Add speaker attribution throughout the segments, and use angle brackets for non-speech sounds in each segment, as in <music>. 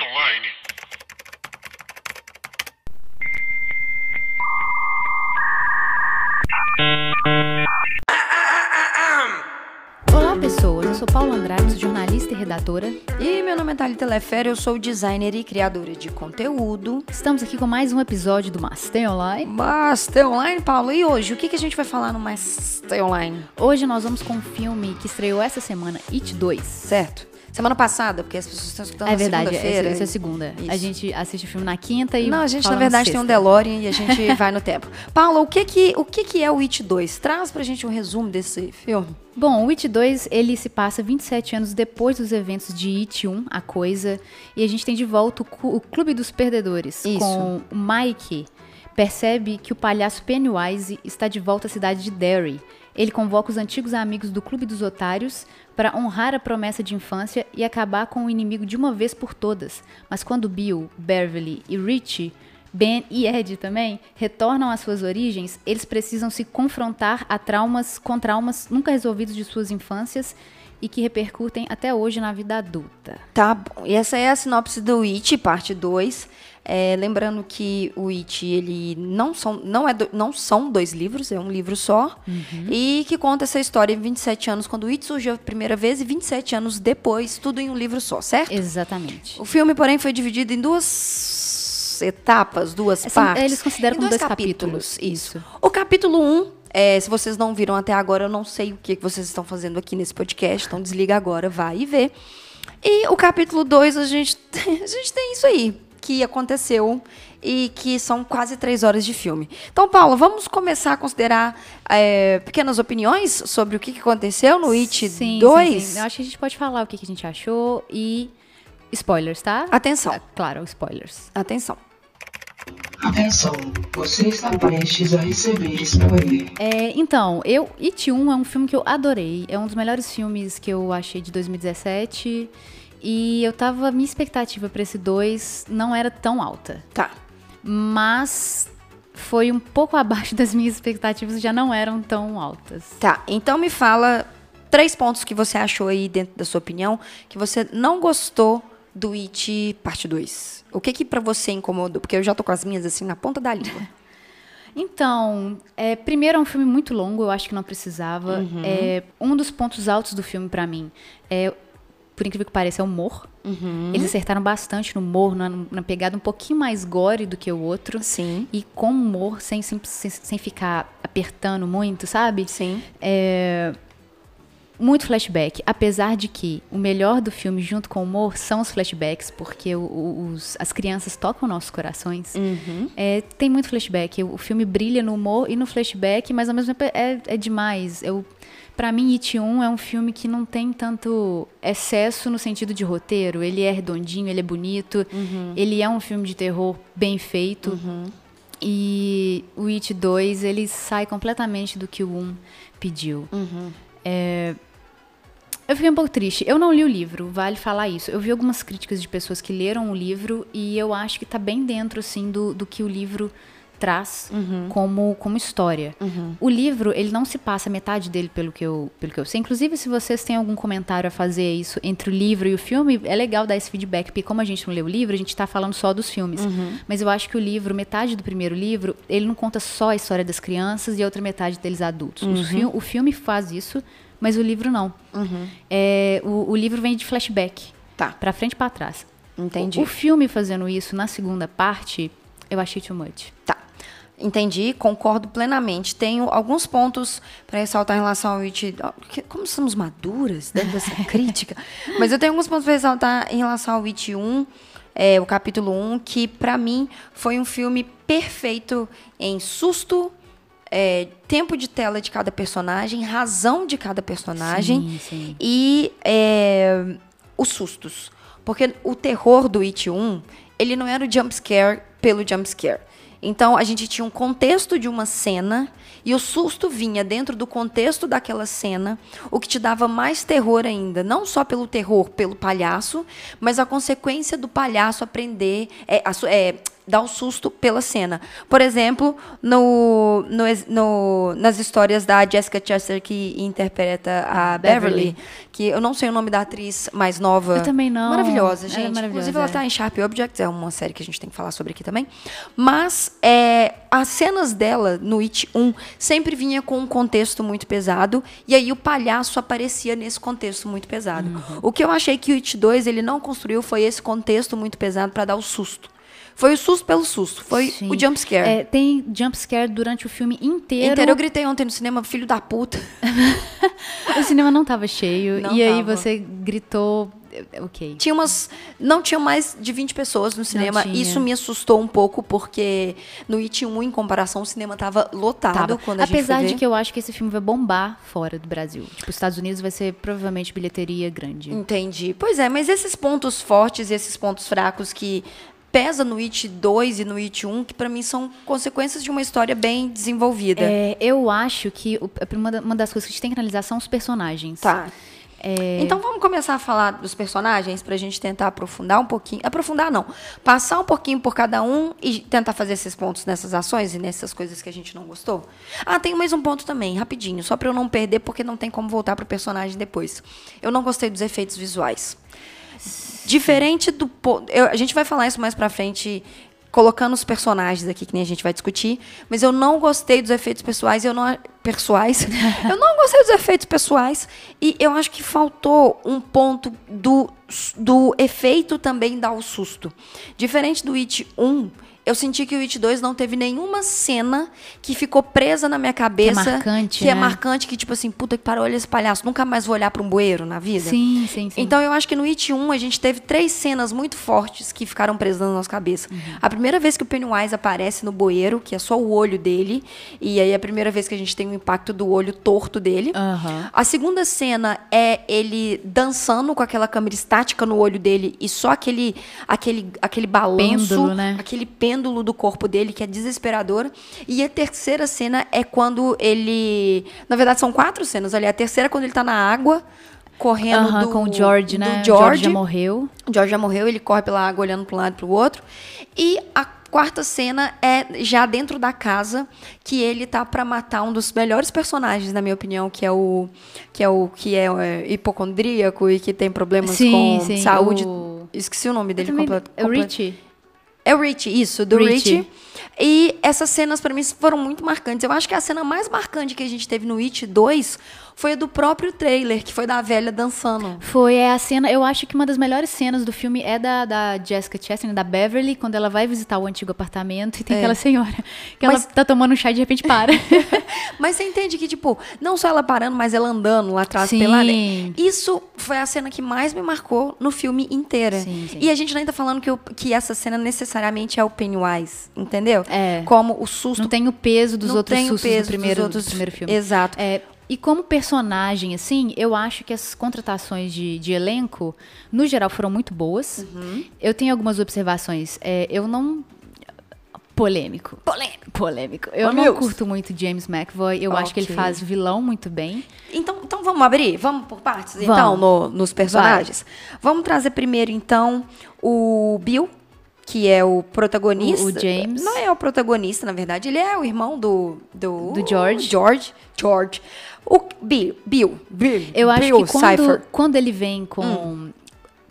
Speaker 1: online.
Speaker 2: Olá pessoas, eu sou Paula Andrade, jornalista e redatora.
Speaker 3: E meu nome é Thalita Lefera, eu sou designer e criadora de conteúdo.
Speaker 2: Estamos aqui com mais um episódio do Mastem Online.
Speaker 3: Master Online, Paula, e hoje? O que, que a gente vai falar no Master Online?
Speaker 2: Hoje nós vamos com um filme que estreou essa semana, It 2.
Speaker 3: Certo? Semana passada, porque as pessoas estão escutando
Speaker 2: é
Speaker 3: na
Speaker 2: verdade, essa,
Speaker 3: segunda-feira.
Speaker 2: essa é a segunda.
Speaker 3: Isso.
Speaker 2: A gente assiste o filme na quinta e
Speaker 3: Não, a gente
Speaker 2: fala
Speaker 3: na
Speaker 2: na
Speaker 3: verdade tem um
Speaker 2: sexta.
Speaker 3: DeLorean e
Speaker 2: <laughs>
Speaker 3: a gente vai no tempo. Paula, o que que, o que que é o It 2? Traz pra gente um resumo desse filme.
Speaker 2: Bom, o It 2, ele se passa 27 anos depois dos eventos de It 1, A Coisa, e a gente tem de volta o, cu- o Clube dos Perdedores,
Speaker 3: Isso.
Speaker 2: com o Mike. Percebe que o palhaço Pennywise está de volta à cidade de Derry. Ele convoca os antigos amigos do Clube dos Otários para honrar a promessa de infância e acabar com o inimigo de uma vez por todas. Mas quando Bill, Beverly e Richie, Ben e Ed também, retornam às suas origens, eles precisam se confrontar a traumas com traumas nunca resolvidos de suas infâncias e que repercutem até hoje na vida adulta.
Speaker 3: Tá bom. E essa é a sinopse do It, parte 2. É, lembrando que o It, ele não são, não, é do- não são dois livros, é um livro só. E que conta essa história em 27 anos, quando o It surgiu a primeira vez e 27 anos depois, tudo em um livro só, certo?
Speaker 2: Exatamente.
Speaker 3: O filme, porém, foi dividido em duas etapas, duas
Speaker 2: É, são-
Speaker 3: partes.
Speaker 2: eles consideram
Speaker 3: em
Speaker 2: como dois capítulos,
Speaker 3: Isso.
Speaker 2: isso.
Speaker 3: O capítulo 1, um, é, se vocês não viram até agora, eu não sei o que, que vocês estão fazendo aqui nesse podcast, então desliga agora, vai e vê. E o capítulo 2, a gente, <laughs> a gente tem isso aí, que aconteceu e que são quase três horas de filme. Então, Paula, vamos começar a considerar é, pequenas opiniões sobre o que, que aconteceu no It
Speaker 2: Sim,
Speaker 3: 2?
Speaker 2: sim, sim. Eu acho que a gente pode falar o que que a gente achou e spoilers, tá?
Speaker 3: Atenção,
Speaker 2: Claro, spoilers.
Speaker 3: atenção.
Speaker 4: Atenção, você está prestes a receber spoiler.
Speaker 2: É, então, eu It 1 é um filme que eu adorei. É um dos melhores filmes que eu achei de 2017. E eu tava. Minha expectativa pra esse 2 não era tão alta.
Speaker 3: Tá.
Speaker 2: Mas foi um pouco abaixo das minhas expectativas, já não eram tão altas.
Speaker 3: Tá, então me fala três pontos que você achou aí dentro da sua opinião que você não gostou do It parte 2. O que que pra você incomodou? Porque eu já tô com as minhas assim na ponta da língua.
Speaker 2: Então, é, primeiro é um filme muito longo, eu acho que não precisava. É, um dos pontos altos do filme pra mim é, por incrível que pareça, é o humor. Eles acertaram bastante no humor, na, na pegada um pouquinho mais gore do que o outro.
Speaker 3: Sim.
Speaker 2: E com humor, sem, sem, sem, sem ficar apertando muito, sabe?
Speaker 3: Sim.
Speaker 2: Muito flashback. Apesar de que o melhor do filme, junto com o humor, são os flashbacks, porque o- o- os, as crianças tocam nossos corações. É, tem muito flashback. O, o filme brilha no humor e no flashback, mas ao mesmo tempo é, é demais. Eu, pra mim, It 1 é um filme que não tem tanto excesso no sentido de roteiro. Ele é redondinho, ele é bonito, ele é um filme de terror bem feito. E o It 2, ele sai completamente do que o 1 pediu. Eu fiquei um pouco triste. Eu não li o livro, vale falar isso. Eu vi algumas críticas de pessoas que leram o livro e eu acho que tá bem dentro, assim, do, do que o livro traz como, como história. O livro, ele não se passa metade dele pelo que, eu, pelo que eu sei. Inclusive, se vocês têm algum comentário a fazer isso entre o livro e o filme, é legal dar esse feedback, porque como a gente não leu o livro, a gente tá falando só dos filmes. Mas eu acho que o livro, metade do primeiro livro, ele não conta só a história das crianças e a outra metade deles adultos. O, fi- o filme faz isso, mas o livro não. É, o, o livro vem de flashback.
Speaker 3: Uhum. Tá.
Speaker 2: Pra frente e pra trás.
Speaker 3: Entendi.
Speaker 2: O filme fazendo isso na segunda parte, eu achei too much.
Speaker 3: Tá. Entendi, concordo plenamente. Tenho alguns pontos para ressaltar em relação ao It. ó, que- Como somos maduras dentro dessa crítica. Mas eu tenho alguns pontos para ressaltar em relação ao It 1, é, o capítulo 1, que para mim foi um filme perfeito em susto, é, tempo de tela de cada personagem, razão de cada
Speaker 2: Sim,
Speaker 3: personagem
Speaker 2: sim.
Speaker 3: e é, os sustos. Porque o terror do It 1, ele não era o jumpscare pelo jumpscare. Então, a gente tinha um contexto de uma cena e o susto vinha dentro do contexto daquela cena, o que te dava mais terror ainda. Não só pelo terror, pelo palhaço, mas a consequência do palhaço aprender, é, a su- é, dá o susto pela cena. Por exemplo, no, no, no- nas histórias da Jessica Chester, que interpreta a Beverly,
Speaker 2: Beverly.
Speaker 3: que eu não sei o nome da atriz mais nova.
Speaker 2: Eu também não.
Speaker 3: Maravilhosa,
Speaker 2: Ela é
Speaker 3: gente.
Speaker 2: maravilhosa,
Speaker 3: Inclusive, ela tá
Speaker 2: é.
Speaker 3: em Sharp Objects, é uma série que a gente tem que falar sobre aqui também. Mas é, as cenas dela no It 1 sempre vinha com um contexto muito pesado, e aí o palhaço aparecia nesse contexto muito pesado.
Speaker 2: Uhum.
Speaker 3: O que eu achei que o It 2 ele não construiu foi esse contexto muito pesado para dar o susto. Foi o susto pelo susto, foi
Speaker 2: Sim.
Speaker 3: o jump scare.
Speaker 2: É, tem jump scare durante o filme inteiro.
Speaker 3: Inteiro eu gritei ontem no cinema, filho da puta.
Speaker 2: O cinema não tava cheio.
Speaker 3: Não
Speaker 2: e aí
Speaker 3: tava.
Speaker 2: você gritou. eh, Ok.
Speaker 3: Tinha umas. Não tinha mais de 20 pessoas no cinema.
Speaker 2: tinha.
Speaker 3: Isso me assustou um pouco, porque no It 1, em comparação, o cinema tava lotado
Speaker 2: Tava.
Speaker 3: quando a
Speaker 2: Apesar
Speaker 3: gente foi
Speaker 2: de
Speaker 3: ver.
Speaker 2: que eu acho que esse filme vai bombar fora do Brasil. Tipo, os Estados Unidos vai ser provavelmente bilheteria
Speaker 3: Hum.
Speaker 2: grande.
Speaker 3: Entendi. Pois é, mas esses pontos fortes e esses pontos fracos que pesa no It 2 e no It 1, que pra mim são consequências de uma história bem desenvolvida.
Speaker 2: É, eu acho que o- a- uma da- uma das coisas que a gente tem que analisar são os personagens.
Speaker 3: Tá. Então vamos começar a falar dos personagens pra gente tentar aprofundar um pouquinho. Aprofundar não. Passar um pouquinho por cada um e tentar fazer esses pontos nessas ações e nessas coisas que a gente não gostou. Ah, tem mais um ponto também, rapidinho, só pra eu não perder porque não tem como voltar pro personagem depois. Eu não gostei dos efeitos visuais. Diferente do. po- eu- a gente vai falar isso mais pra frente, colocando os personagens aqui, que nem a gente vai discutir. Mas eu não gostei dos efeitos pessoais, eu não. a-
Speaker 2: <laughs>
Speaker 3: Pessoais. eu não gostei dos efeitos pessoais. E eu acho que faltou um ponto do, s- do efeito também dar o susto. Diferente do It 1. Eu senti que o It 2 não teve nenhuma cena que ficou presa na minha cabeça.
Speaker 2: marcante,
Speaker 3: Que é
Speaker 2: né?
Speaker 3: marcante, que tipo assim, puta que pariu, olha esse palhaço. Nunca mais vou olhar pra um bueiro na vida.
Speaker 2: Sim, sim, sim.
Speaker 3: Então eu acho que no It 1 a gente teve três cenas muito fortes que ficaram presas na nossa cabeça.
Speaker 2: Uhum.
Speaker 3: A primeira vez que o Pennywise aparece no bueiro, que é só o olho dele, e aí é a primeira vez que a gente tem o impacto do olho torto dele.
Speaker 2: Aham.
Speaker 3: A segunda cena é ele dançando com aquela câmera estática no olho dele e só aquele aquele aquele balanço,
Speaker 2: Pêndulo, né?
Speaker 3: aquele pêndulo do corpo dele que é desesperador. E a terceira cena é quando ele, na verdade são quatro cenas ali. A terceira é quando ele tá na água correndo
Speaker 2: Aham,
Speaker 3: do,
Speaker 2: com o George, né?
Speaker 3: Do
Speaker 2: O
Speaker 3: George.
Speaker 2: já morreu.
Speaker 3: O George já morreu, ele corre pela água olhando para um lado e para o outro. E a quarta cena é já dentro da casa que ele tá para matar um dos melhores personagens, na minha opinião, que é o que é o que é, é, hipocondríaco e que tem problemas
Speaker 2: Sim,
Speaker 3: com
Speaker 2: sim,
Speaker 3: saúde.
Speaker 2: o-
Speaker 3: Esqueci o nome dele
Speaker 2: Também-
Speaker 3: completo.
Speaker 2: é o
Speaker 3: completo.
Speaker 2: Richie?
Speaker 3: É o Rich, isso, do Rich.
Speaker 2: Richie.
Speaker 3: E essas cenas pra mim foram muito marcantes. Eu acho que a cena mais marcante que a gente teve no It 2 foi a do próprio trailer, que foi da velha dançando.
Speaker 2: Foi é a cena, eu acho que uma das melhores cenas do filme é da, da Jessica Chastain, da Beverly, quando ela vai visitar o antigo apartamento e tem aquela senhora que
Speaker 3: É. Mas-
Speaker 2: ela tá tomando um chá e de repente
Speaker 3: <laughs>
Speaker 2: para.
Speaker 3: Mas você entende que, tipo, não só ela parando, mas ela andando lá atrás
Speaker 2: Sim.
Speaker 3: pela área. Isso foi a cena que mais me marcou no filme inteira.
Speaker 2: Sim, sim.
Speaker 3: E a gente nem tá falando que, o- que essa cena necessariamente é o Pennywise, entendeu?
Speaker 2: É.
Speaker 3: Como o susto.
Speaker 2: não tem o peso dos
Speaker 3: Não
Speaker 2: outros
Speaker 3: tem o
Speaker 2: sustos
Speaker 3: peso
Speaker 2: do primeiro,
Speaker 3: dos outros-
Speaker 2: do primeiro filme.
Speaker 3: Exato.
Speaker 2: É, e como personagem, assim, eu acho que as contratações de, de elenco, no geral, foram muito boas.
Speaker 3: Uhum.
Speaker 2: Eu tenho algumas observações. É, eu não. Polêmico.
Speaker 3: Polêmico.
Speaker 2: Polêmico. Eu
Speaker 3: Oh,
Speaker 2: não
Speaker 3: meus.
Speaker 2: curto muito James McAvoy. Eu acho que ele
Speaker 3: Ok.
Speaker 2: faz vilão muito bem.
Speaker 3: Então, então vamos abrir? Vamos por partes,
Speaker 2: Vamos.
Speaker 3: então, no- nos personagens? Vamos trazer primeiro, então, o Bill, que é o protagonista.
Speaker 2: O- o James.
Speaker 3: Não é o protagonista, na verdade. Ele é o irmão do... Do,
Speaker 2: Do George.
Speaker 3: George. George. O Bill. Bill. Bill.
Speaker 2: Eu acho
Speaker 3: Bill
Speaker 2: que quando,
Speaker 3: Cipher.
Speaker 2: quando ele vem com,
Speaker 3: Hum.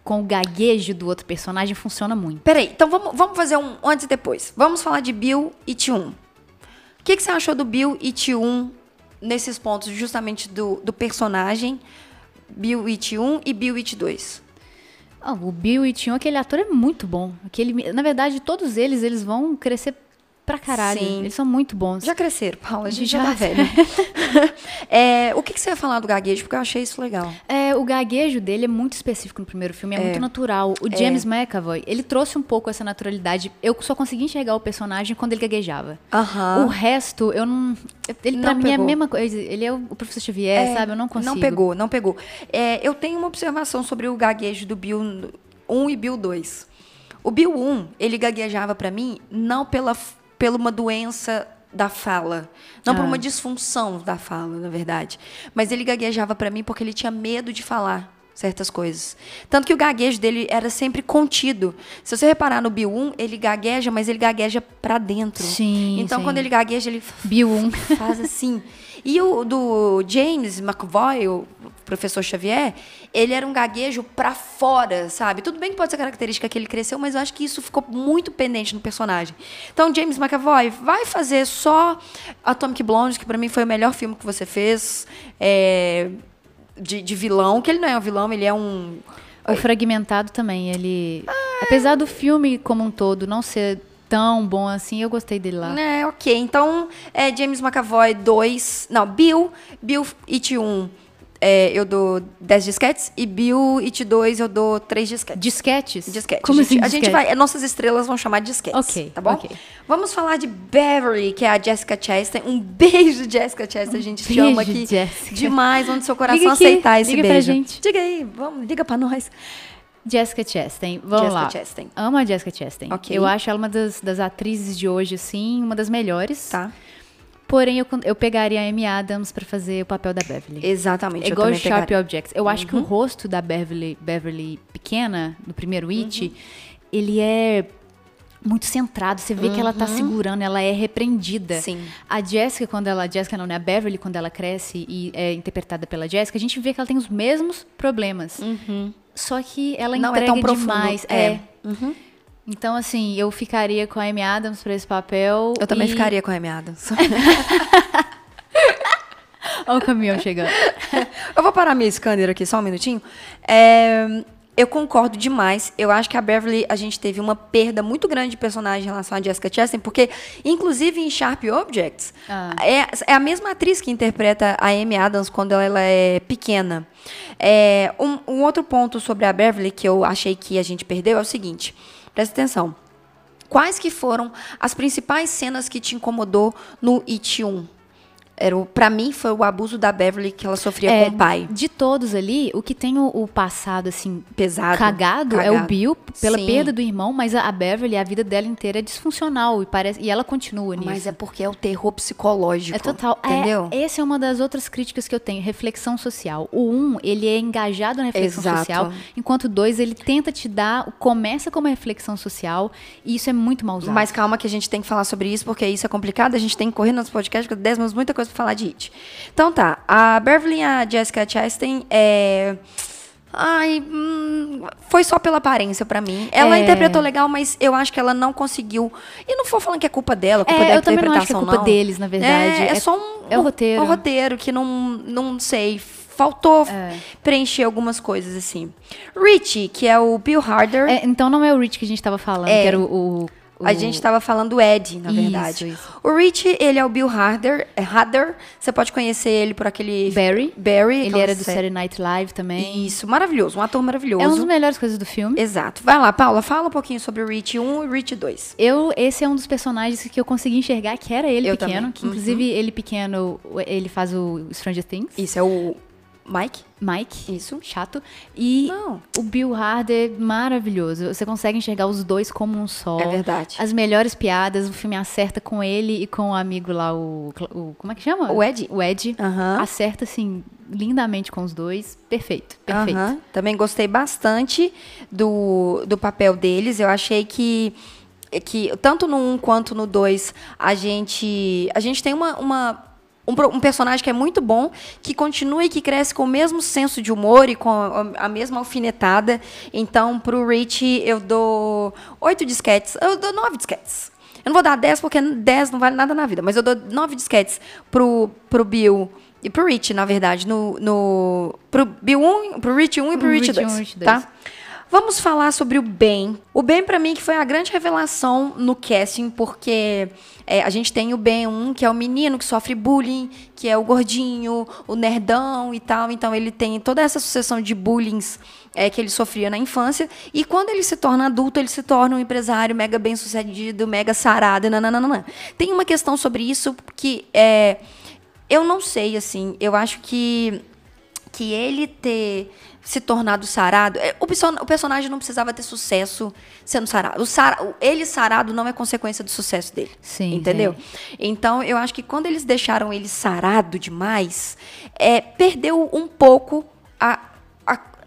Speaker 2: com o gaguejo do outro personagem, funciona muito.
Speaker 3: Peraí, então vamos, vamos fazer um antes e depois. Vamos falar de Bill e T1. O que, que você achou do Bill e T1 nesses pontos, justamente do, do personagem Bill e T1 e Bill e T2?
Speaker 2: Ah, o Bill e Tion, aquele ator é muito bom. Aquele, na verdade, todos eles, eles vão crescer pra caralho.
Speaker 3: Sim.
Speaker 2: Eles são muito bons.
Speaker 3: Já cresceram, Paula, a gente já,
Speaker 2: Já.
Speaker 3: tá <laughs> velha. É, o que, que você ia falar do gaguejo? Porque eu achei isso legal.
Speaker 2: É, o gaguejo dele é muito específico no primeiro filme, é, muito natural. O James McAvoy, ele trouxe um pouco essa naturalidade. Eu só consegui enxergar o personagem quando ele gaguejava.
Speaker 3: Aham.
Speaker 2: O resto, eu não. Ele pra
Speaker 3: Ah. Não
Speaker 2: mim é a
Speaker 3: pegou.
Speaker 2: mesma coisa. Ele é o o professor Xavier, sabe? Eu não consigo.
Speaker 3: Não pegou, não pegou. É, eu tenho uma observação sobre o gaguejo do Bill 1 e Bill 2. O Bill 1, ele gaguejava pra mim não pela, f- pela uma doença da fala, não
Speaker 2: Ah.
Speaker 3: por uma disfunção da fala, na verdade, mas ele gaguejava pra mim porque ele tinha medo de falar. certas coisas. Tanto que o gaguejo dele era sempre contido. Se você reparar no Bill 1, ele gagueja, mas ele gagueja para dentro.
Speaker 2: Sim,
Speaker 3: Então,
Speaker 2: sim.
Speaker 3: quando ele gagueja, ele f-
Speaker 2: Bill 1.
Speaker 3: faz assim. E o do James McVoy, o professor Xavier, ele era um gaguejo pra fora, sabe? Tudo bem que pode ser característica que ele cresceu, mas eu acho que isso ficou muito pendente no personagem. Então, James McAvoy, vai fazer só Atomic Blonde, que pra mim foi o melhor filme que você fez, é, de, de vilão, que ele não é um vilão, ele é um...
Speaker 2: O fragmentado também, ele. Apesar do filme como um todo não ser tão bom assim, eu gostei dele lá.
Speaker 3: É, ok. Então, é, James McAvoy 2. Não, Bill. Bill It 1 é, eu dou 10 disquetes. E Bill It 2 eu dou 3 disquetes.
Speaker 2: Disquetes?
Speaker 3: Disquete.
Speaker 2: Como
Speaker 3: a gente,
Speaker 2: assim?
Speaker 3: a gente
Speaker 2: disquete?
Speaker 3: vai, nossas estrelas vão chamar de disquetes,
Speaker 2: Ok,
Speaker 3: tá bom?
Speaker 2: ok.
Speaker 3: Vamos falar de Beverly, que é a Jessica Chastain. Um beijo, Jessica Chastain. a gente te
Speaker 2: beijo,
Speaker 3: ama aqui
Speaker 2: Jessica.
Speaker 3: demais. Vamos do seu coração
Speaker 2: Liga aqui,
Speaker 3: aceitar esse
Speaker 2: liga pra
Speaker 3: beijo.
Speaker 2: gente.
Speaker 3: Diga aí, vamos, liga pra nós.
Speaker 2: Jessica Chastain. Vamos
Speaker 3: Jessica
Speaker 2: lá.
Speaker 3: Chastain.
Speaker 2: Amo a Jessica Chastain.
Speaker 3: Ok.
Speaker 2: Eu acho ela uma das, das atrizes de hoje, assim, uma das melhores.
Speaker 3: Tá?
Speaker 2: Porém, eu, con- eu pegaria a Amy Adams pra fazer o papel da Beverly.
Speaker 3: Exatamente,
Speaker 2: É igual
Speaker 3: eu
Speaker 2: o
Speaker 3: também
Speaker 2: Sharp
Speaker 3: pegaria. Uhum.
Speaker 2: Objects. Eu acho que o rosto da Beverly, Beverly pequena, no primeiro It,
Speaker 3: Uhum.
Speaker 2: ele é muito centrado. Você vê que ela tá segurando, ela é repreendida.
Speaker 3: Uhum. Sim.
Speaker 2: A Jessica, quando ela. A Jessica não, né? A Beverly, quando ela cresce e é interpretada pela Jessica, a gente vê que ela tem os mesmos problemas. Só que ela
Speaker 3: Uhum. Não é
Speaker 2: entrega
Speaker 3: tão profundo,
Speaker 2: demais.
Speaker 3: é.
Speaker 2: Então, assim, eu ficaria com a Amy Adams pra esse papel.
Speaker 3: Eu também
Speaker 2: e-
Speaker 3: ficaria com a Amy Adams.
Speaker 2: <laughs> Olha o caminhão chegando.
Speaker 3: Eu vou parar minha scanner aqui só um minutinho. É, eu concordo demais. Eu acho que a Beverly, a gente teve uma perda muito grande de personagem em relação a Jessica Chastain, porque, inclusive, em Sharp Objects,
Speaker 2: Ah.
Speaker 3: é, é a mesma atriz que interpreta a Amy Adams quando ela, ela é pequena. É, um, um outro ponto sobre a Beverly que eu achei que a gente perdeu é o seguinte. Presta atenção. Quais que foram as principais cenas que te incomodou no It 1? Era o, pra mim, foi o abuso da Beverly que ela sofria
Speaker 2: É,
Speaker 3: com o pai.
Speaker 2: De todos ali, o que tem o, o passado, assim,
Speaker 3: pesado.
Speaker 2: cagado, é o Bill, pela
Speaker 3: Sim.
Speaker 2: perda do irmão, mas a, a Beverly, a vida dela inteira é disfuncional e, parece, e ela continua nisso.
Speaker 3: Mas é porque é o terror psicológico.
Speaker 2: É total. É,
Speaker 3: Entendeu?
Speaker 2: essa é uma das outras críticas que eu tenho. Reflexão social. O um, ele é engajado na reflexão
Speaker 3: Exato.
Speaker 2: social, enquanto o dois, ele tenta te dar. Começa com uma reflexão social, e isso é muito mal usado.
Speaker 3: Mas calma que a gente tem que falar sobre isso, porque isso é complicado. A gente tem que correr nos podcasts, porque 10 minutos, muita coisa pra falar de hit. Então tá, a Beverly e a Jessica Chastain é... Ai, hum, foi só pela aparência pra mim. Ela
Speaker 2: É.
Speaker 3: interpretou legal, mas eu acho que ela não conseguiu. E não for falando que é culpa dela, culpa
Speaker 2: É,
Speaker 3: da
Speaker 2: eu também não acho que é
Speaker 3: interpretação,
Speaker 2: culpa
Speaker 3: não.
Speaker 2: deles, na verdade.
Speaker 3: É, é,
Speaker 2: É-
Speaker 3: só um,
Speaker 2: é o roteiro.
Speaker 3: um roteiro que não, não sei, faltou
Speaker 2: É.
Speaker 3: preencher algumas coisas assim. Richie, que é o Bill Harder.
Speaker 2: É, então não é o Rich que a gente tava falando, que era o. o- o-
Speaker 3: A gente estava falando do Ed, na
Speaker 2: Isso,
Speaker 3: verdade.
Speaker 2: isso.
Speaker 3: O Rich, ele é o Bill Harder. é Harder. Você pode conhecer ele por aquele.
Speaker 2: Barry.
Speaker 3: Barry.
Speaker 2: Ele
Speaker 3: aquela
Speaker 2: era do Saturday
Speaker 3: série-
Speaker 2: Night Live também.
Speaker 3: Então, Isso, maravilhoso. Um ator maravilhoso.
Speaker 2: É uma das melhores coisas do filme.
Speaker 3: Exato. Vai lá, Paula, fala um pouquinho sobre o Rich 1 e o Rich 2.
Speaker 2: Eu, esse é um dos personagens que eu consegui enxergar que era ele
Speaker 3: Eu
Speaker 2: pequeno,
Speaker 3: também. Uhum.
Speaker 2: que inclusive ele pequeno, ele faz o Stranger Things,
Speaker 3: Isso é o Mike?
Speaker 2: Mike,
Speaker 3: Isso.
Speaker 2: chato, e
Speaker 3: Não.
Speaker 2: o Bill Harder maravilhoso. Você consegue enxergar os dois como um só.
Speaker 3: É verdade.
Speaker 2: As melhores piadas, o filme acerta com ele e com o amigo lá o, o- como é que chama?
Speaker 3: O Ed.
Speaker 2: O Ed.
Speaker 3: Aham.
Speaker 2: Acerta assim lindamente com os dois. Perfeito, perfeito.
Speaker 3: Aham. Também gostei bastante do, do papel deles. Eu achei que que tanto no 1 quanto no 2 a gente a gente tem uma, uma- um, pro- um personagem que é muito bom, que continua e que cresce com o mesmo senso de humor e com a, a mesma alfinetada. Então, pro Rich, eu dou oito disquetes. Eu dou nove disquetes. Eu não vou dar 10 porque 10 não vale nada na vida, mas eu dou 9 disquetes pro, pro Bill e pro Rich, na verdade, no, no pro Bill 1, pro Rich 1 e pro
Speaker 2: Rich
Speaker 3: Rich
Speaker 2: 1,
Speaker 3: 2,
Speaker 2: Rich 2.
Speaker 3: tá? Vamos falar sobre o Ben. O Ben, pra mim, que foi a grande revelação no casting, porque é, a gente tem o Ben 1, que é o menino que sofre bullying, que é o gordinho, o nerdão e tal. Então, ele tem toda essa sucessão de bullings é, que ele sofria na infância. E quando ele se torna adulto, ele se torna um empresário mega bem sucedido, mega sarado, e nananana. Tem uma questão sobre isso que é. Eu não sei, assim. Eu acho que que ele ter se tornado sarado. é, O, person- o personagem não precisava ter sucesso sendo sarado. O sara- o- ele sarado não é consequência do sucesso dele.
Speaker 2: Sim,
Speaker 3: Entendeu? Então, eu acho que quando eles deixaram ele sarado demais, é, perdeu um pouco a. a-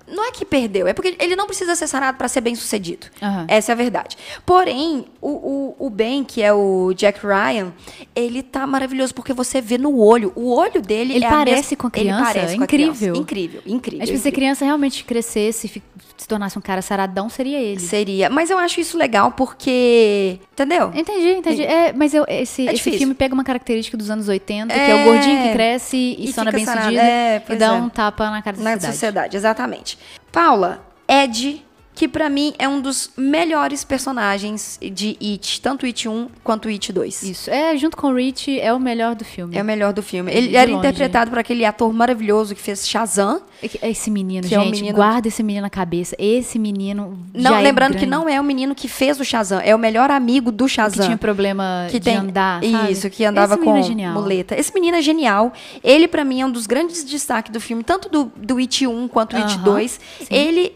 Speaker 3: Não é que perdeu, é porque ele não precisa ser sarado para ser bem sucedido.
Speaker 2: Aham.
Speaker 3: Essa é a verdade. Porém, o, o, o Ben, que é o Jack Ryan, ele tá maravilhoso porque você vê no olho. O olho dele
Speaker 2: Ele
Speaker 3: é a
Speaker 2: parece
Speaker 3: mesma-
Speaker 2: com a criança,
Speaker 3: Ele parece com a
Speaker 2: incrível.
Speaker 3: criança. Incrível, incrível.
Speaker 2: Acho que se a
Speaker 3: incrível.
Speaker 2: criança realmente crescesse e fi- se tornasse um cara saradão, seria ele.
Speaker 3: Seria. Mas eu acho isso legal porque. Entendeu?
Speaker 2: Entendi, entendi. É, mas eu- esse,
Speaker 3: É
Speaker 2: esse
Speaker 3: difícil.
Speaker 2: filme pega uma característica dos anos 80, que é o
Speaker 3: É.
Speaker 2: gordinho que cresce e,
Speaker 3: E
Speaker 2: sona
Speaker 3: fica
Speaker 2: bem
Speaker 3: sarado.
Speaker 2: sucedida
Speaker 3: É,
Speaker 2: e
Speaker 3: pois
Speaker 2: dá
Speaker 3: é.
Speaker 2: um tapa na cara da
Speaker 3: Na
Speaker 2: cidade.
Speaker 3: sociedade, exatamente. Paula, Ed, que pra mim é um dos melhores personagens de It, tanto It 1 quanto It 2.
Speaker 2: Isso. É, junto com o Rich, é o melhor do filme.
Speaker 3: É o melhor do filme.
Speaker 2: De
Speaker 3: Ele era
Speaker 2: longe. né?
Speaker 3: interpretado por aquele ator maravilhoso que fez Shazam.
Speaker 2: Esse menino,
Speaker 3: Que
Speaker 2: gente,
Speaker 3: é um menino-
Speaker 2: guarda esse menino na cabeça. Esse menino.
Speaker 3: Não,
Speaker 2: já é
Speaker 3: lembrando que
Speaker 2: grande.
Speaker 3: não é o menino que fez o Shazam, é o melhor amigo do
Speaker 2: Que tinha
Speaker 3: Shazam.
Speaker 2: problema de andar. sabe?
Speaker 3: Isso, que andava
Speaker 2: Esse
Speaker 3: com
Speaker 2: menino é genial.
Speaker 3: muleta. Esse menino é genial. Ele, pra mim, é um dos grandes destaques do filme, tanto do, do It 1 quanto do It
Speaker 2: Aham,
Speaker 3: 2. Ele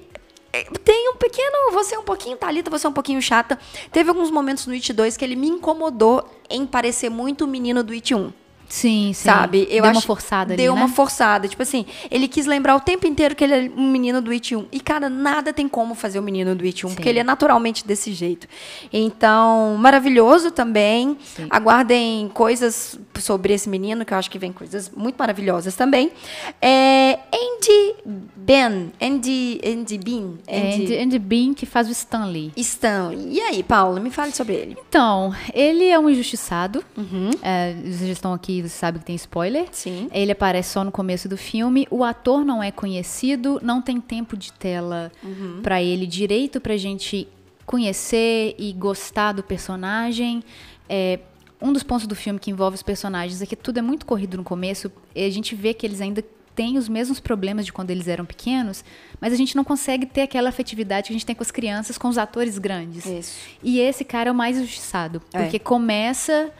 Speaker 3: eh, tem um pequeno. Você é um pouquinho Thalita, você é um pouquinho chata. Teve alguns momentos no It 2 que ele me incomodou em parecer muito o menino do It 1.
Speaker 2: Sim, sim.
Speaker 3: Sabe? Eu
Speaker 2: deu uma
Speaker 3: acho-
Speaker 2: forçada ali.
Speaker 3: Deu uma
Speaker 2: né?
Speaker 3: forçada. Tipo assim, ele quis lembrar o tempo inteiro que ele é um menino do It 1. E, cara, nada tem como fazer o menino do It 1, porque
Speaker 2: Sim.
Speaker 3: ele é naturalmente desse jeito. Então, maravilhoso também. Aguardem coisas sobre esse menino, que eu acho que vem coisas muito maravilhosas também. É, Andy Ben. Andy, Andy Bean. Andy,
Speaker 2: É, Andy, Andy Bean, que faz o Stanley.
Speaker 3: Stan. E aí, Paula, me fale sobre ele.
Speaker 2: Então, ele é um injustiçado.
Speaker 3: Uhum.
Speaker 2: É, vocês já estão aqui, vocês sabem que tem spoiler.
Speaker 3: Sim.
Speaker 2: Ele aparece só no começo do filme. O ator não é conhecido, não tem tempo de tela pra ele direito pra gente conhecer e gostar do personagem. É, um dos pontos do filme que envolve os personagens é que tudo é muito corrido no começo. E a gente vê que eles ainda têm os mesmos problemas de quando eles eram pequenos, mas a gente não consegue ter aquela afetividade que a gente tem com as crianças, com os atores grandes.
Speaker 3: Isso.
Speaker 2: E esse cara é o mais injustiçado.
Speaker 3: É.
Speaker 2: Porque começa.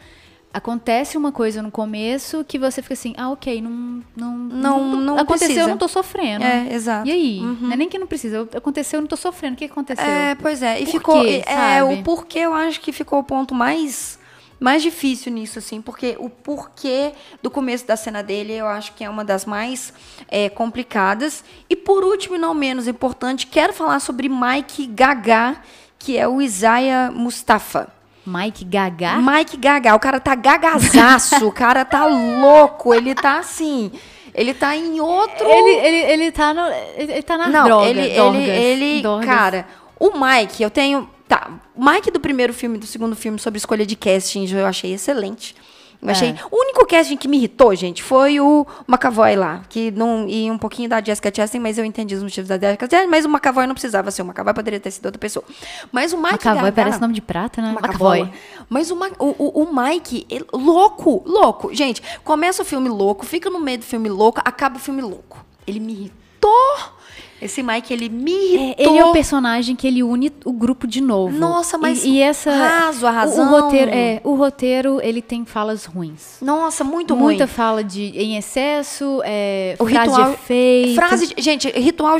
Speaker 2: Acontece uma coisa no começo que você fica assim, ah, ok, não. Não,
Speaker 3: Não- não
Speaker 2: aconteceu,
Speaker 3: precisa.
Speaker 2: eu não tô sofrendo.
Speaker 3: É, exato.
Speaker 2: E aí? Não é nem que não precisa. eu- Aconteceu, eu não tô sofrendo. O que aconteceu?
Speaker 3: É, pois é. E
Speaker 2: Por
Speaker 3: ficou.
Speaker 2: quê,
Speaker 3: é,
Speaker 2: sabe?
Speaker 3: o porquê eu acho que ficou o ponto mais. Mais difícil nisso, assim, porque o porquê do começo da cena dele eu acho que é uma das mais é, complicadas. E por último, e não menos importante, quero falar sobre Mike Gaga, que é o Isaiah Mustafa.
Speaker 2: Mike Gaga?
Speaker 3: Mike Gaga, o cara tá gagazaço, o cara tá louco, ele tá assim, ele tá em outro
Speaker 2: Ele, ele, ele tá no. Ele ele tá na
Speaker 3: não,
Speaker 2: droga.
Speaker 3: ele,
Speaker 2: dorgas,
Speaker 3: ele, ele
Speaker 2: dorgas.
Speaker 3: cara, o Mike, eu tenho, tá, o Mike do primeiro filme, e do segundo filme sobre escolha de casting, eu achei excelente. Eu
Speaker 2: É.
Speaker 3: achei. O único casting que me irritou, gente, foi o McAvoy lá, que não e um pouquinho da Jessica Chastain, mas eu entendi os motivos da Jessica Chastain, mas o McAvoy não precisava ser o McAvoy, poderia ter sido outra pessoa. Mas o Mike
Speaker 2: McAvoy
Speaker 3: Gaga-
Speaker 2: parece nome de prata, né?
Speaker 3: McAvoy. Mas o, Ma- o, o- o Mike, ele- louco, louco. Gente, começa o filme louco, fica no meio do filme louco, acaba o filme louco. Ele me irritou. Esse Mike, ele me irritou.
Speaker 2: É, Ele é o personagem que ele une o grupo de novo.
Speaker 3: Nossa, mas
Speaker 2: E, e essa.
Speaker 3: raso, a
Speaker 2: o-
Speaker 3: razão.
Speaker 2: O, roteiro, é, o roteiro, ele tem falas ruins.
Speaker 3: Nossa, muito
Speaker 2: Muita
Speaker 3: ruim.
Speaker 2: fala de em excesso, é,
Speaker 3: O
Speaker 2: frase
Speaker 3: ritual-
Speaker 2: de efeito.
Speaker 3: Frase, de- gente, ritual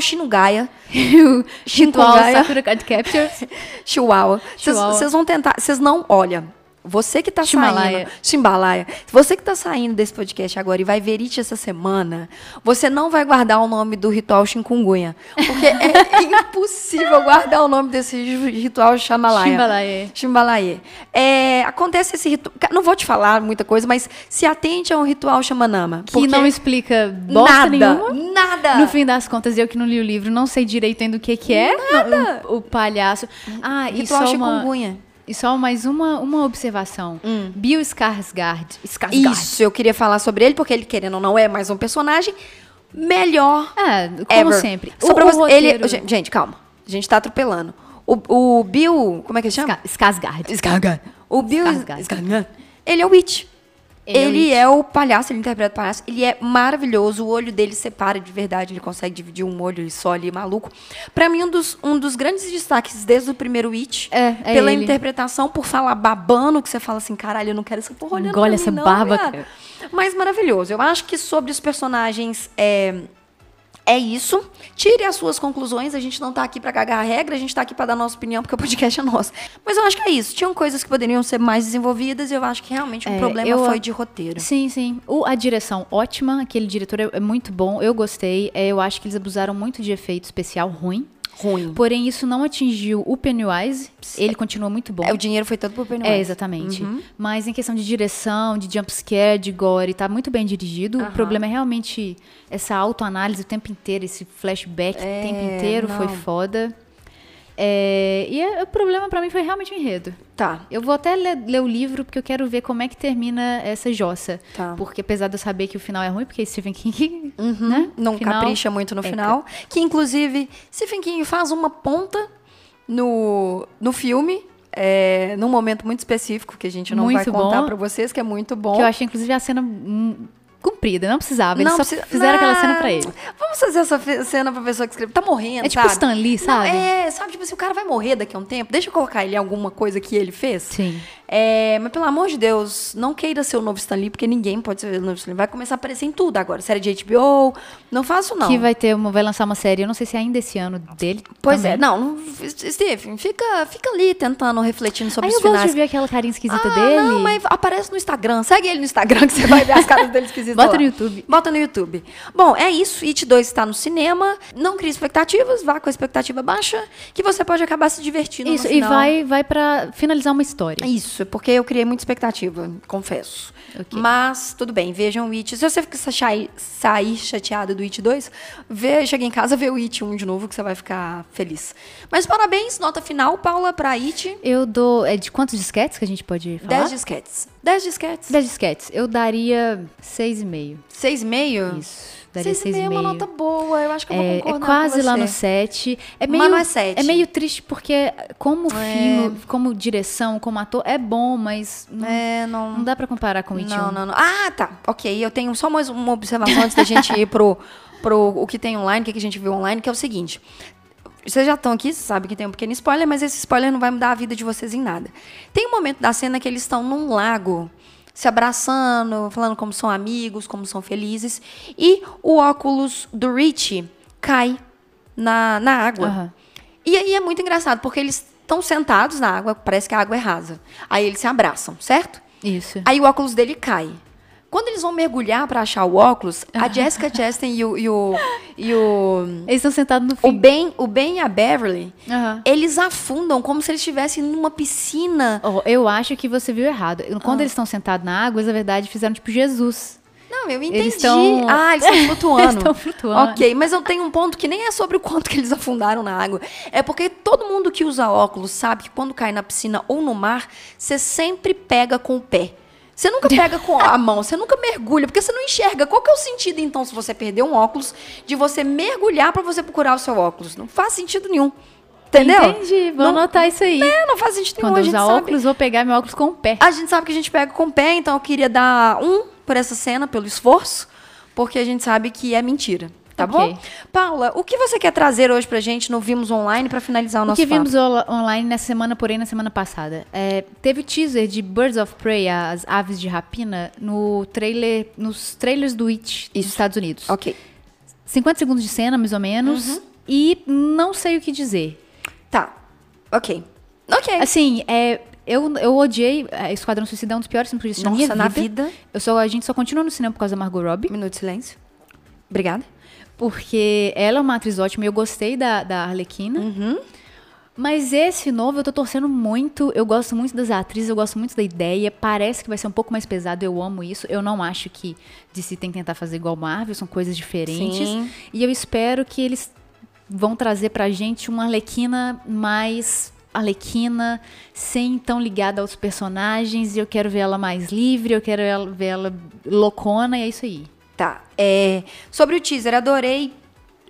Speaker 2: <laughs>
Speaker 3: Shinugaya.
Speaker 2: ritual
Speaker 3: Shinugaya.
Speaker 2: Sakura Card
Speaker 3: <laughs>
Speaker 2: Captures.
Speaker 3: Chihuahua. Vocês-
Speaker 2: Chihuahua.
Speaker 3: Vocês vão tentar. Vocês não. Olha. Você que tá
Speaker 2: Chimbalaia.
Speaker 3: saindo. Chimbalaia. Você que tá saindo desse podcast agora e vai ver it essa semana, você não vai guardar o nome do ritual chikungunya. Porque
Speaker 2: <laughs>
Speaker 3: é impossível guardar o nome desse ri- ritual Chamalaia.
Speaker 2: Chimbalaia.
Speaker 3: Chimbalaia. É, acontece esse ritual. Não vou te falar muita coisa, mas se atente a um ritual xamanama.
Speaker 2: Que
Speaker 3: porque
Speaker 2: não explica bosta
Speaker 3: nada,
Speaker 2: nenhuma.
Speaker 3: Nada.
Speaker 2: No fim das contas, eu que não li o livro, não sei direito ainda o que que é. Nada. o palhaço. Ah, e
Speaker 3: ritual
Speaker 2: só uma...
Speaker 3: chikungunya.
Speaker 2: E só mais uma, uma observação.
Speaker 3: Hum.
Speaker 2: Bill Skarsgård. Skarsgård.
Speaker 3: Isso, eu queria falar sobre ele, porque ele, querendo ou não, é mais um personagem. Melhor
Speaker 2: É, como
Speaker 3: ever.
Speaker 2: sempre.
Speaker 3: Só
Speaker 2: O-
Speaker 3: pra
Speaker 2: o
Speaker 3: você.
Speaker 2: roteiro-
Speaker 3: Ele, gen- gente, calma. A gente tá atropelando. O, o Bill. Como é que ele chama?
Speaker 2: Ska- Skarsgård.
Speaker 3: Scargan. O Bill.
Speaker 2: Skarsgård.
Speaker 3: Skarsgård. Ele é o It.
Speaker 2: Ele
Speaker 3: Ele,
Speaker 2: é o It.
Speaker 3: é o palhaço, ele interpreta o palhaço. Ele é maravilhoso, o olho dele separa de verdade, ele consegue dividir um olho só ali, maluco. Pra mim, um dos, um dos grandes destaques desde o primeiro It,
Speaker 2: É, é
Speaker 3: pela
Speaker 2: ele.
Speaker 3: interpretação, por falar babando, que você fala assim, caralho, eu não quero essa porra olhando
Speaker 2: Engole
Speaker 3: pra
Speaker 2: essa
Speaker 3: mim, não,
Speaker 2: barba,
Speaker 3: viado."
Speaker 2: cara.
Speaker 3: Mas maravilhoso. Eu acho que sobre os personagens é, é isso. Tire as suas conclusões. A gente não tá aqui para cagar a regra, a gente tá aqui para dar nossa opinião, porque o podcast é nosso. Mas eu acho que é isso. Tinham coisas que poderiam ser mais desenvolvidas e eu acho que realmente o
Speaker 2: É,
Speaker 3: problema
Speaker 2: eu-
Speaker 3: foi de roteiro.
Speaker 2: Sim, sim. O- a direção ótima, aquele diretor é, é muito bom, eu gostei. É, eu acho que eles abusaram muito de efeito especial ruim.
Speaker 3: Ruim.
Speaker 2: Porém, isso não atingiu o Pennywise. Ele continua muito bom.
Speaker 3: É, o dinheiro foi todo pro Pennywise. Uhum.
Speaker 2: É, exatamente. Mas em questão de direção, de jumpscare, de gore, tá muito bem dirigido. O problema é realmente essa autoanálise o tempo inteiro, esse flashback
Speaker 3: É,
Speaker 2: o tempo inteiro foi foda. É, e é- o problema pra mim foi realmente o enredo.
Speaker 3: Tá.
Speaker 2: Eu vou até ler, ler o livro, porque eu quero ver como é que termina essa jossa.
Speaker 3: Tá. Uhum.
Speaker 2: Porque apesar de eu saber que o final é ruim, porque Stephen King, né?
Speaker 3: Não
Speaker 2: Final-
Speaker 3: capricha muito no final. é Que, inclusive, Stephen King faz uma ponta no, no filme, é, num momento muito específico, que a gente não vai
Speaker 2: Muito
Speaker 3: contar
Speaker 2: bom.
Speaker 3: pra vocês, que é muito bom.
Speaker 2: Que eu achei, inclusive, a cena hum, cumprida. Não precisava. Eles
Speaker 3: Não
Speaker 2: só
Speaker 3: precisa-
Speaker 2: fizeram aquela
Speaker 3: Não,
Speaker 2: cena pra ele.
Speaker 3: Vamos fazer essa fe- cena pra pessoa que escreve. Tá morrendo,
Speaker 2: É tipo
Speaker 3: sabe?
Speaker 2: Stan Lee, sabe?
Speaker 3: Não, é, sabe? Tipo assim, o cara vai morrer daqui a um tempo. Deixa eu colocar ele em alguma coisa que ele fez.
Speaker 2: Sim.
Speaker 3: É, mas pelo amor de Deus, não queira ser o novo Stan Lee, porque ninguém pode ser o novo Stan Lee. Vai começar a aparecer em tudo agora. Série de HBO. Não faço, não.
Speaker 2: Que vai ter uma, vai lançar uma série, eu não sei se é ainda esse ano dele.
Speaker 3: Pois
Speaker 2: também.
Speaker 3: é, não, não, Stephen, fica, fica ali tentando, refletindo sobre
Speaker 2: Aí
Speaker 3: os
Speaker 2: eu gosto de
Speaker 3: finais.
Speaker 2: ver aquela carinha esquisita
Speaker 3: ah,
Speaker 2: dele.
Speaker 3: não, mas aparece no Instagram. Segue ele no Instagram <laughs> que você vai ver as caras dele esquisitas.
Speaker 2: Bota
Speaker 3: lá.
Speaker 2: no YouTube.
Speaker 3: Bota no YouTube. Bom, é isso. It 2 está no cinema. Não crie expectativas, vá com a expectativa baixa, que você pode acabar se divertindo
Speaker 2: Isso,
Speaker 3: no
Speaker 2: e
Speaker 3: final.
Speaker 2: vai, vai para finalizar uma história.
Speaker 3: Isso, é porque eu criei muita expectativa, confesso.
Speaker 2: Ok.
Speaker 3: Mas, tudo bem, vejam o It. Se você fica sair, sair chateado do It 2, vê, chega em casa, vê o It 1 de novo, que você vai ficar feliz. Mas parabéns, nota final, Paula, pra It.
Speaker 2: Eu dou. É de quantos disquetes que a gente pode falar?
Speaker 3: 10 disquetes. 10 disquetes.
Speaker 2: 10 disquetes. Eu daria 6,5.
Speaker 3: 6,5.
Speaker 2: Isso. Daria 6,5.
Speaker 3: é uma nota boa, eu acho que eu vou
Speaker 2: É,
Speaker 3: concordar
Speaker 2: é quase
Speaker 3: com
Speaker 2: lá
Speaker 3: você.
Speaker 2: no 7. É
Speaker 3: Mas
Speaker 2: meio,
Speaker 3: não é sete.
Speaker 2: é meio triste porque, como filme, como direção, como ator, é bom, mas não,
Speaker 3: É, não...
Speaker 2: não dá pra comparar com o It 1.
Speaker 3: Não, não, não. Ah, tá. Ok, eu tenho só mais uma observação antes da gente ir pro, pro o que tem online, o que que a gente viu online, que é o seguinte. Vocês já estão aqui, sabem que tem um pequeno spoiler, mas esse spoiler não vai mudar a vida de vocês em nada. Tem um momento da cena que eles estão num lago, se abraçando, falando como são amigos, como são felizes, e o óculos do Richie cai na, na água.
Speaker 2: Aham.
Speaker 3: E aí é muito engraçado, porque eles estão sentados na água, parece que a água é rasa. Aí eles se abraçam, certo?
Speaker 2: Isso.
Speaker 3: Aí o óculos dele cai. Quando eles vão mergulhar pra achar o óculos, a <laughs> Jessica Chastain e o e o, e o,
Speaker 2: Eles estão sentados no
Speaker 3: o
Speaker 2: fim.
Speaker 3: Ben, o Ben e a Beverly,
Speaker 2: Aham.
Speaker 3: eles afundam como se eles estivessem numa piscina.
Speaker 2: Ó, eu acho que você viu errado.
Speaker 3: Ah.
Speaker 2: Quando eles estão sentados na água, eles, na verdade, fizeram tipo Jesus.
Speaker 3: Não, eu entendi.
Speaker 2: Eles tão-
Speaker 3: Ah, <laughs> eles estão
Speaker 2: <laughs>
Speaker 3: flutuando.
Speaker 2: Eles tão flutuando.
Speaker 3: Ok, mas eu tenho um ponto que nem é sobre o quanto que eles afundaram na água. É porque todo mundo que usa óculos sabe que quando cai na piscina ou no mar, você sempre pega com o pé. Você nunca pega com a mão, você nunca mergulha, porque você não enxerga. Qual que é o sentido, então, se você perder um óculos, de você mergulhar pra você procurar o seu óculos? Não faz sentido nenhum. Entendeu?
Speaker 2: Entendi. Vou
Speaker 3: Não-
Speaker 2: anotar isso aí.
Speaker 3: É, não faz sentido nenhum.
Speaker 2: Quando
Speaker 3: a
Speaker 2: eu
Speaker 3: gente
Speaker 2: usar
Speaker 3: sabe.
Speaker 2: óculos, vou pegar meu óculos com o pé.
Speaker 3: A gente sabe que a gente pega com o pé, então eu queria dar um por essa cena, pelo esforço, porque a gente sabe que é mentira. Tá
Speaker 2: Ok.
Speaker 3: bom? Paula, o que você quer trazer hoje pra gente no Vimos Online pra finalizar o,
Speaker 2: O
Speaker 3: nosso
Speaker 2: que
Speaker 3: papo?
Speaker 2: vimos ola- online nessa semana, porém, na semana passada? É, teve o teaser de Birds of Prey, as aves de rapina, no trailer, nos trailers do It dos Estados Unidos.
Speaker 3: Ok. Uhum.
Speaker 2: 50 segundos de cena, mais ou menos. E não sei o que dizer.
Speaker 3: Tá. Ok. Ok.
Speaker 2: Assim, é, eu, eu odiei é, Esquadrão Suicida, é um dos piores filmes que eu já assisti
Speaker 3: Nossa,
Speaker 2: na minha
Speaker 3: na
Speaker 2: vida.
Speaker 3: vida. Um
Speaker 2: Eu só, a gente só continua no cinema por causa da Margot Robbie.
Speaker 3: Minuto de silêncio. Obrigada.
Speaker 2: Porque ela é uma atriz ótima e eu gostei da, da Arlequina.
Speaker 3: Uhum.
Speaker 2: Mas esse novo eu tô torcendo muito. Eu gosto muito das atrizes, eu gosto muito da ideia. Parece que vai ser um pouco mais pesado, eu amo isso. Eu não acho que DC tem que tentar fazer igual Marvel, são coisas diferentes.
Speaker 3: Sim.
Speaker 2: E eu espero que eles vão trazer pra gente uma Arlequina mais. Arlequina, sem tão ligada aos personagens, e eu quero ver ela mais livre, eu quero ela- ver ela loucona, e é isso aí.
Speaker 3: Tá. É, sobre o teaser, adorei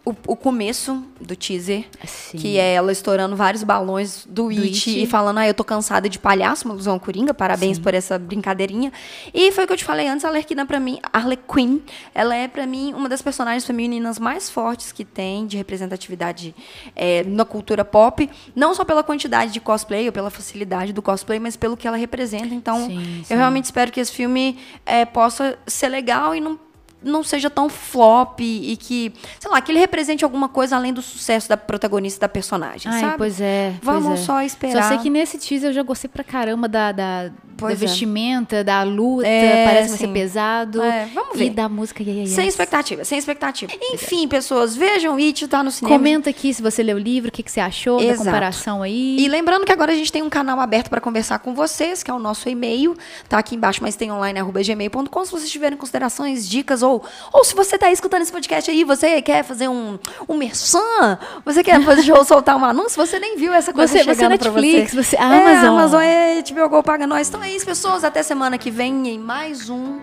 Speaker 3: o, o começo do teaser.
Speaker 2: Assim.
Speaker 3: Que é ela estourando vários balões do, It,
Speaker 2: It.
Speaker 3: e falando, ah, eu tô cansada de palhaço, é uma ilusão coringa, parabéns por essa brincadeirinha. E foi o que eu te falei antes, a Arlequina pra mim, a Arlequin, ela é pra mim uma das personagens femininas mais fortes que tem de representatividade é, na cultura pop, não só pela quantidade de cosplay ou pela facilidade do cosplay, mas pelo que ela representa. Então,
Speaker 2: Sim,
Speaker 3: eu
Speaker 2: sim.
Speaker 3: realmente espero que esse filme é, possa ser legal e não não seja tão flop e que, sei lá, que ele represente alguma coisa além do sucesso da protagonista da personagem,
Speaker 2: Ai,
Speaker 3: sabe?
Speaker 2: pois é. pois
Speaker 3: Vamos
Speaker 2: é.
Speaker 3: só esperar.
Speaker 2: Só sei que nesse teaser eu já gostei pra caramba da, da, da
Speaker 3: Pois é.
Speaker 2: vestimenta, da luta,
Speaker 3: É,
Speaker 2: parece que vai ser
Speaker 3: sim.
Speaker 2: pesado.
Speaker 3: É, vamos
Speaker 2: E
Speaker 3: ver.
Speaker 2: da música Yay
Speaker 3: Sem expectativa, sem expectativa. Enfim, pessoas, vejam It, tá no cinema.
Speaker 2: Comenta aqui se você leu o livro, o que, que você achou da
Speaker 3: Exato.
Speaker 2: comparação aí.
Speaker 3: E lembrando que agora a gente tem um canal aberto para conversar com vocês, que é o nosso e-mail, tá aqui embaixo, mas tem online arroba gmail.com. Se vocês tiverem considerações, dicas ou ou se você tá escutando esse podcast aí, você quer fazer um um merchan, você quer fazer ou soltar um anúncio, você nem viu essa coisa
Speaker 2: Você- você é
Speaker 3: tá chegando pra
Speaker 2: Netflix, você-
Speaker 3: você. é
Speaker 2: Amazon.
Speaker 3: Amazon é HBO Go paga nós. Então é isso, pessoas, até semana que vem em mais um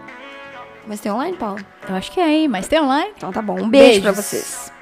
Speaker 3: Mas tem online, Paulo?
Speaker 2: Eu acho que é, hein? Mas tem online.
Speaker 3: Então tá bom. Um beijo para
Speaker 2: Beijos.
Speaker 3: vocês.